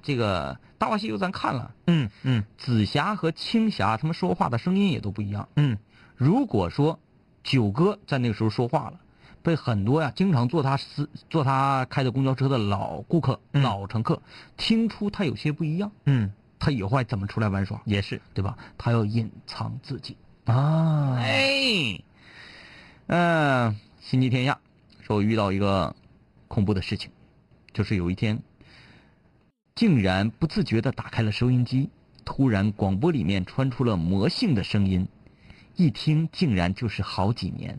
这个《大话西游》咱看了，
嗯嗯
紫霞和青霞他们说话的声音也都不一样。
嗯
如果说九哥在那个时候说话了，被很多呀经常坐他司坐他开的公交车的老顾客、
嗯
老乘客听出他有些不一样，
嗯，
他以后还怎么出来玩耍，
也是
对吧？他要隐藏自己。
啊，
哎，嗯、心系天下，说我遇到一个恐怖的事情，就是有一天，竟然不自觉的打开了收音机，突然广播里面传出了魔性的声音，一听竟然就是好几年，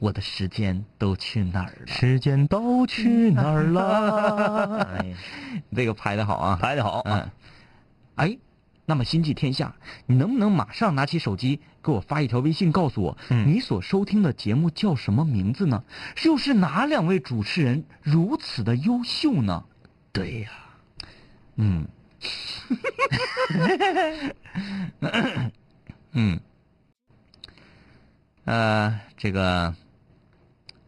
我的时间都去哪儿了？
时间都去哪儿了？ (laughs) 哎
这个拍的好啊！
排的好啊
嗯，，哎，那么心系天下，你能不能马上拿起手机给我发一条微信，告诉我、
嗯
你所收听的节目叫什么名字呢？又是哪两位主持人如此的优秀呢？
对呀， (laughs)
嗯，嗯，呃，这个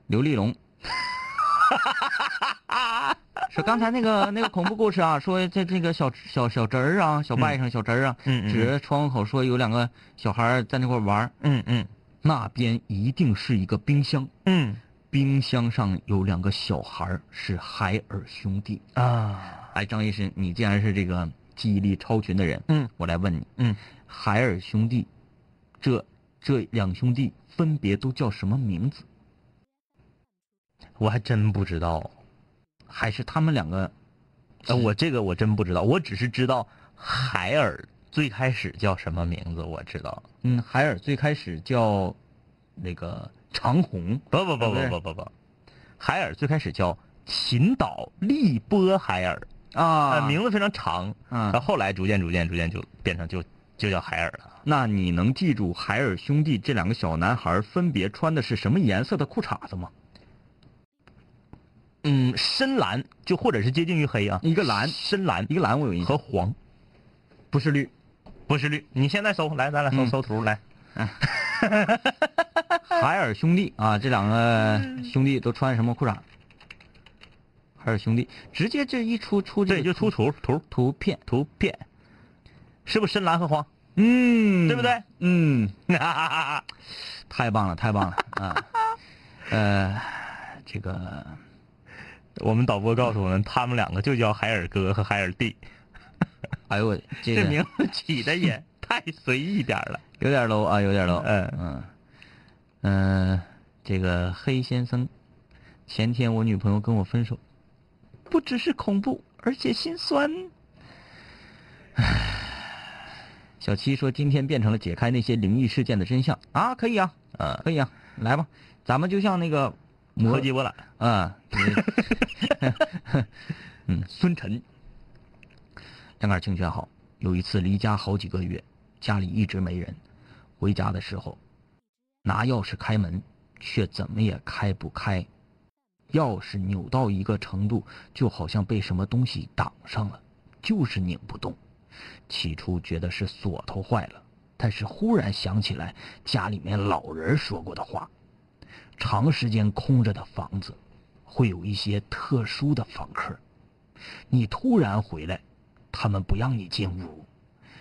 刘
(laughs)
立龙说刚才那个那个恐怖故事啊，说这这个小小小侄儿啊，小外甥小侄儿啊，
嗯嗯嗯
指着窗户口说有两个小孩儿在那块儿玩儿，
嗯嗯
那边一定是一个冰箱，
嗯
冰箱上有两个小孩儿是海尔兄弟。
啊，
哎，张医师，你既然是这个记忆力超群的人，
嗯，
我来问你，
嗯，
海尔兄弟，这这两兄弟分别都叫什么名字？
我还真不知道，
还是他们两个？
呃，我这个我真不知道，我只是知道海尔最开始叫什么名字，我知道。
嗯，海尔最开始叫那个长虹，
不不不
对
不
不
不不不，海尔最开始叫秦岛利波海尔，
啊
呃，名字非常长，
啊
然后后来逐渐逐渐逐渐就变成就就叫海尔了。
那你能记住海尔兄弟这两个小男孩分别穿的是什么颜色的裤衩子吗？
嗯，深蓝就或者是接近于黑啊，
一个蓝
深蓝
一个蓝我有印
和
象
黄，
不是绿，
不是绿。你现在搜来，咱俩搜、
嗯
搜图来。
海尔兄弟啊，这两个兄弟都穿什么裤衩？海尔兄弟直接这一出出这
对，就
个
出图图
图片，
图片，是不是深蓝和黄？
嗯，
对不对？
嗯，
哈哈哈哈
太棒了，太棒了
(laughs)
啊！呃，这个
我们导播告诉我们，他们两个就叫海尔哥和海尔弟，
哎呦我这
这
个
名字起的也太随意点儿了。
有点 low 啊，有点 low。
嗯
嗯嗯、呃这个黑先生，前天我女朋友跟我分手，不只是恐怖，而且心酸。唉小七说今天变成了解开那些灵异事件的真相啊，可以啊，
嗯
可以啊，来吧，咱们就像那个
科
魔
技波澜，
啊， (laughs) 嗯，孙晨，张杆清泉好。有一次离家好几个月，家里一直没人，回家的时候，拿钥匙开门，却怎么也开不开，钥匙扭到一个程度，就好像被什么东西挡上了，就是拧不动。起初觉得是锁头坏了，但是忽然想起来家里面老人说过的话，长时间空着的房子，会有一些特殊的房客。你突然回来，他们不让你进屋，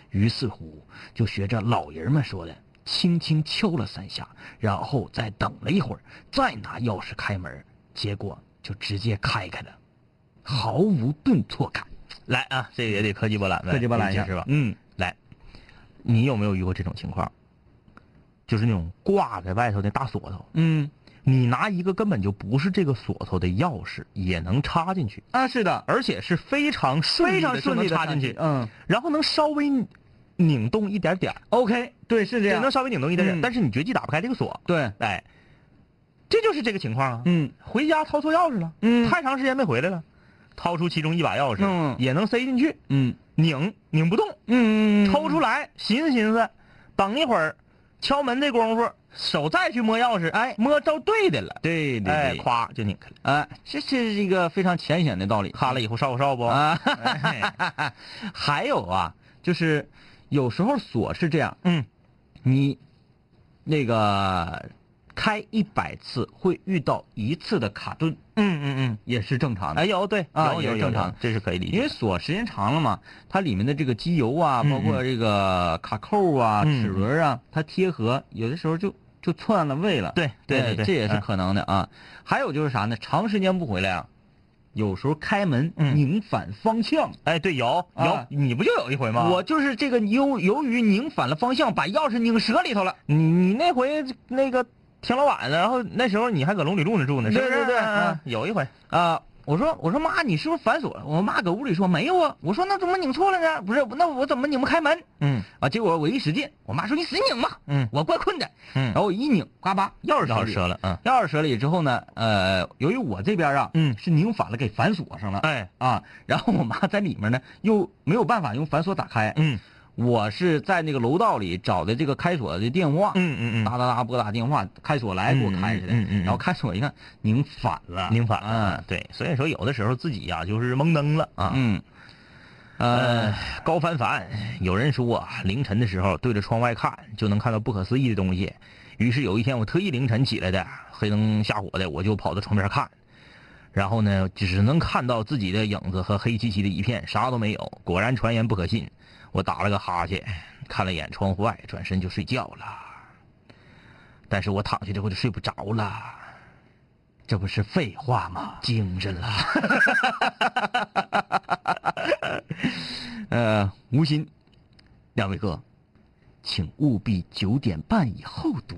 于是乎就学着老人们说的，轻轻敲了三下，然后再等了一会儿，再拿钥匙开门，结果就直接开开了，毫无顿挫感。
来啊，这个也得科技波澜呗，
科技波澜一下
是吧？
嗯，
来，你有没有遇过这种情况？就是那种挂在外头的大锁头，
嗯
你拿一个根本就不是这个锁头的钥匙也能插进去，
啊，是的，
而且是非常顺
非
利地
常顺利
就
的
能插进去，
嗯
然后能稍微拧动一点点儿，
，OK，对，是这
对，
样
能。稍微拧动一点点儿，
嗯
但是你绝技打不开这个锁，
对，
哎，这就是这个情况啊。
嗯
回家掏错钥匙了，
嗯
太长时间没回来了，掏出其中一把钥匙，
嗯
也能塞进去，
嗯
拧拧不动，
嗯
抽出来，寻思寻思，等一会儿敲门这功夫，手再去摸钥匙，哎，摸着对的了，
对对
哎，
对，
咵就拧开了，
啊，这是一个非常浅显的道理。
咔了以后烧不烧不？
啊，
哎
还有啊，就是有时候锁是这样，
嗯，
你那个开一百次会遇到一次的卡顿，
嗯嗯
也是正常
嗯，
的。
哎有对，
啊
有
也
有
是
有
正常
有这是可以理
因为
解。
锁时间长了嘛，它里面的这个机油啊，
嗯
包括这个卡扣啊、
嗯
齿轮啊，它贴合，有的时候就就篡了位了。
对对对对
哎这也是
嗯
可能的啊。还有就是啥呢？长时间不回来啊，有时候开门
嗯
拧反方向，
哎，对，有有
啊，
你不就有一回吗？
我就是这个由由于拧反了方向，把钥匙拧折里头了。
你你那回那个挺老晚的，然后那时候你还搁龙里路那住呢，是不是？
对对对
啊
嗯
有一回，
啊、我说我说妈，你是不是反锁了？我妈搁屋里说没有啊。我说那怎么拧错了呢？不是，那我怎么拧不开门
嗯
啊？结果我一使劲，我妈说你使劲拧吧，
嗯
我怪困的。
嗯
然后我一拧，呱吧，钥匙
然后
折
折
了。
了，嗯
钥匙折里之后呢，呃，由于我这边啊，
嗯
是拧反了，给反锁上了，
哎
啊，然后我妈在里面呢，又没有办法用反锁打开，
嗯
我是在那个楼道里找的这个开锁的电话，
嗯嗯嗯，
哒哒哒拨打电话，开锁来给我开去的，
嗯嗯嗯嗯
然后开锁一看拧反了，
拧反
嗯
了，啊对，所以说有的时候自己呀就是懵登了啊。
嗯，呃
呃，，高凡凡，有人说啊凌晨的时候对着窗外看就能看到不可思议的东西。于是有一天我特意凌晨起来的，黑灯瞎火的，我就跑到窗边看，然后呢，只能看到自己的影子和黑漆漆的一片，啥都没有。果然传言不可信，我打了个哈欠，看了眼窗户外，转身就睡觉了。但是我躺下之后就睡不着了，
这不是废话吗？
精神了。
呃，吴昕，两位哥，请务必九点半以后读。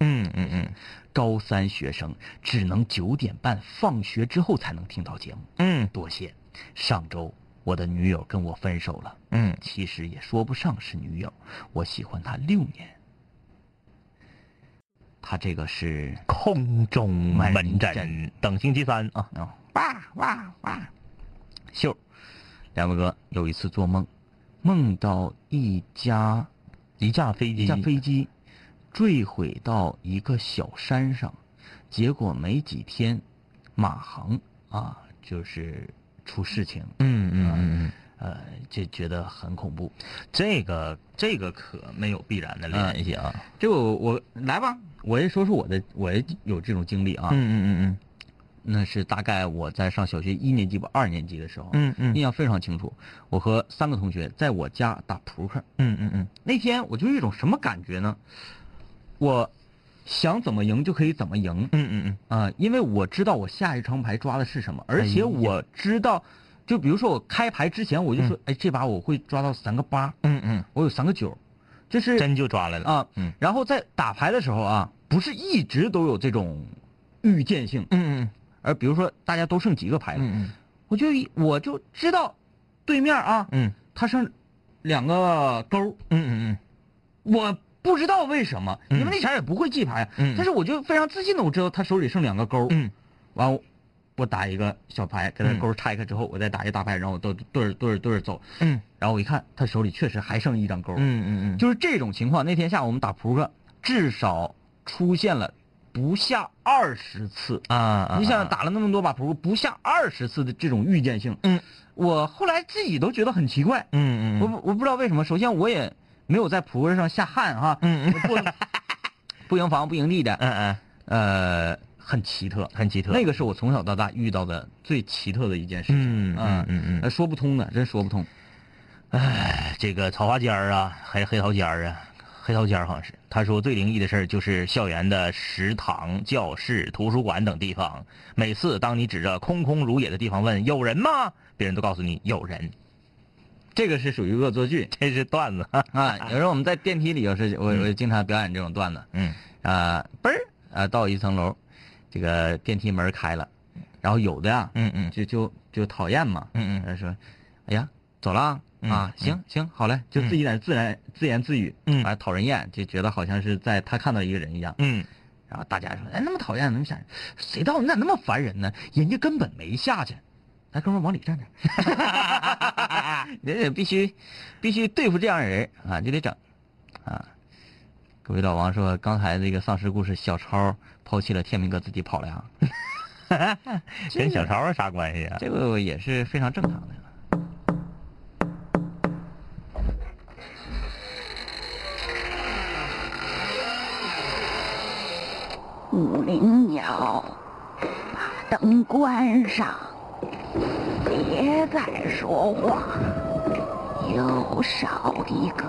嗯嗯嗯
高三学生只能九点半放学之后才能听到节目，
嗯
多谢。上周我的女友跟我分手了，
嗯，
其实也说不上是女友，我喜欢她六年。她这个是
空中门
门
诊
诊，
等星期三啊。
啊，哇哇哇！秀，两位哥有一次做梦，梦到一家
一架飞机，
一架飞机坠毁到一个小山上，结果没几天，马航啊，就是出事情，
嗯嗯嗯
呃，就觉得很恐怖。
这个这个可没有必然的联系啊。
就我来吧，我也说说我的，我也有这种经历啊。
嗯嗯
那是大概我在上小学一年级吧，二年级的时候，
嗯嗯嗯
印象非常清楚。我和三个同学在我家打扑克，
嗯嗯嗯
那天我就有一种什么感觉呢？我想怎么赢就可以怎么赢
嗯嗯嗯
啊、因为我知道我下一张牌抓的是什么，而
哎
且
呀
我知道，就比如说我开牌之前我就说，哎，这把我会抓到三个八，
嗯嗯
我有三个九，这是
嗯，真就抓来了。
啊。
嗯
然后在打牌的时候啊，不是一直都有这种预见性，
嗯
而比如说大家都剩几个牌
嗯
了，
嗯
我就一我就知道对面啊，
嗯
他剩两个勾，
嗯嗯
我不知道为什么，
嗯
因为那前儿也不会记牌，啊
嗯
但是我就非常自信的我知道他手里剩两个勾，
嗯
完我我打一个小牌，给他勾拆开之后，我再打一大牌，然后我都对着对着对着走，
嗯
然后我一看他手里确实还剩一张勾，
嗯嗯，
就是这种情况。那天下午我们打扑克，至少出现了不下二十次。
啊啊，
你想打了那么多把扑克，不下二十次的这种预见性，
嗯，
我后来自己都觉得很奇怪，
嗯嗯
我不我不知道为什么。首先我也没有在扑克上下汗 (laughs) 哈，
嗯嗯
不不赢房不赢地的，
嗯
呃，很奇特，
很奇特
那个是我从小到大遇到的最奇特的一件事情，
嗯嗯嗯
呃
嗯，
说不通的，真说不通。
哎这个草花尖儿啊，还是黑桃尖儿啊。黑桃尖儿好像是，他说最灵异的事儿就是校园的食堂、教室、图书馆等地方，每次当你指着空空如也的地方问有人吗，别人都告诉你有人，
这个是属于恶作剧
这是段子。
(laughs) 啊！有时候我们在电梯里，有时我我经常表演这种段子，
嗯
啊，嘣儿啊，到一层楼，这个电梯门开了，然后有的呀，
嗯嗯
就就就讨厌嘛，
嗯嗯
他说，哎呀，走了啊
嗯
啊，行行，好嘞，就自己在那自然自言自语，
嗯
啊，讨人厌，就觉得好像是在他看到一个人一样，
嗯
然后大家说，哎，那么讨厌，那么吓人，谁道你咋那么烦人呢？人家根本没下去，来，哥们儿往里站站， (laughs) 人家必须必须对付这样人啊，就得整啊。各位老王说，刚才这个丧尸故事，小超抛弃了天明哥，自己跑了呀， (laughs)
跟小超啥关系啊？
这个也是非常正常的。
五灵鸟，把灯关上，别再说话，又少一个。
(laughs)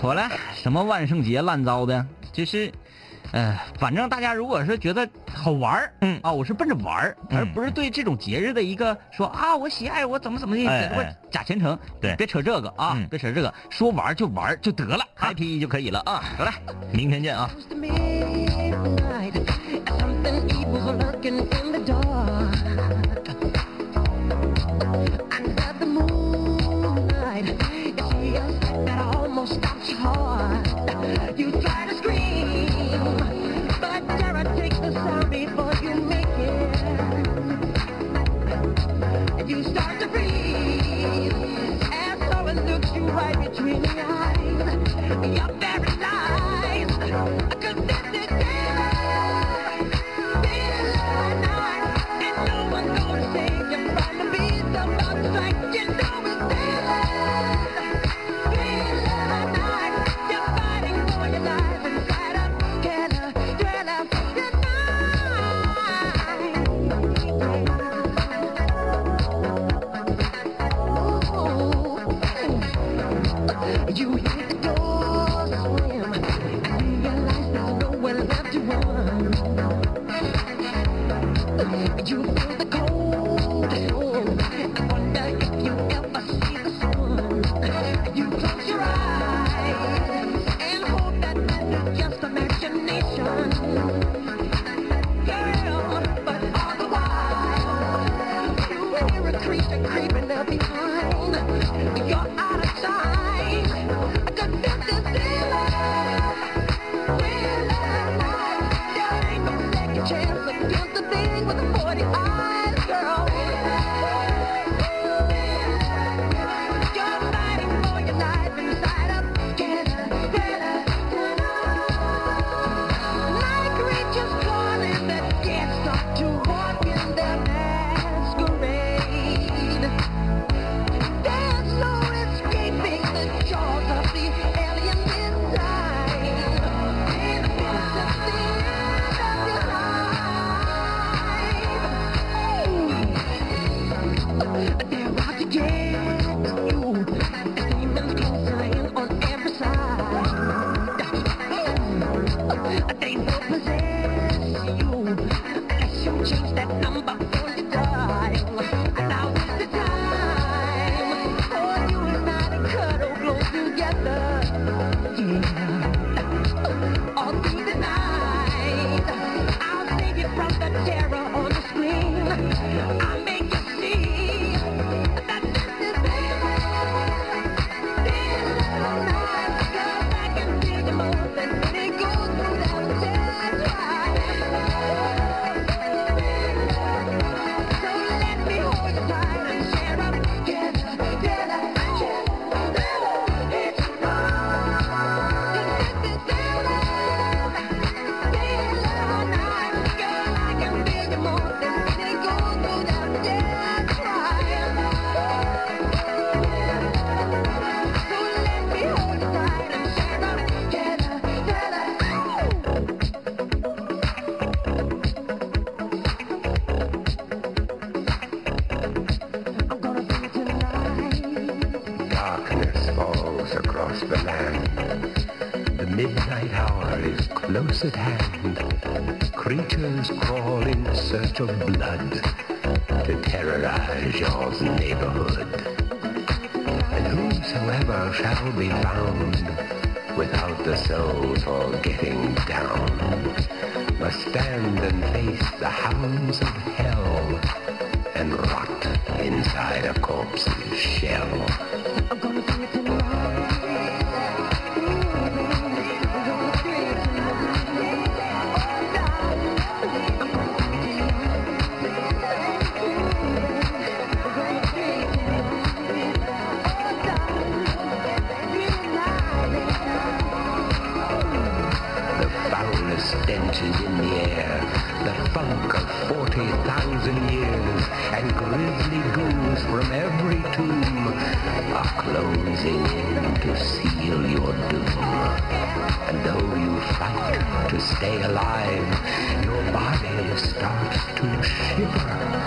妥了，什么万圣节烂糟的，就是，呃，反正大家如果是觉得好玩儿，
嗯
啊，我是奔着玩儿，
嗯
而不是对这种节日的一个说啊，我喜爱我怎么怎么的，
哎
只不过
哎
假虔诚，
对
别扯这个啊，
嗯
别扯这个，说玩儿就玩儿就得了，happy 就可以了啊，得了，
明天见啊。
midnight. Something evil's lurking in the dark. Under the moonlight, you see a sight that almost stops your heart. You try to scream, but terror takes the sound before you make it. And you start to breathe as someone looks you right between the eyes. You're paralyzed. Cause this is terror. This is my night. And no one gonna save you from the beast about to strike. You know it's terror. This is my night. You're fighting for your life inside a killer, thriller. Goodbye. You hit the door slam and realize there's nowhere left to run. You feel the cold hand and wonder if you ever see the sun. You close your eyes and hope that this is just imagination, girl. But all the while. You hear a creature creeping up behind. You're out of sight. Cause this is daylight. Real life. There ain't no second chance against the thing with a 40 eye. change that number for the dime. And now is the time for you and I to cuddle close together. Yeah. All through the night, I'll save you from the terror on the screen. I'll make you see that this is real. This is nice. Go back and see the most and it goes without so let me hold you tight and share our together, together, together. It's wrong. This is love. This love, night, girl, I can feel you more than it goes without death crying. So let me hold you tight and share our together, together.
40,000 years and grisly ghouls from every tomb are closing in to seal your doom. And though you fight to stay alive, your body starts to shiver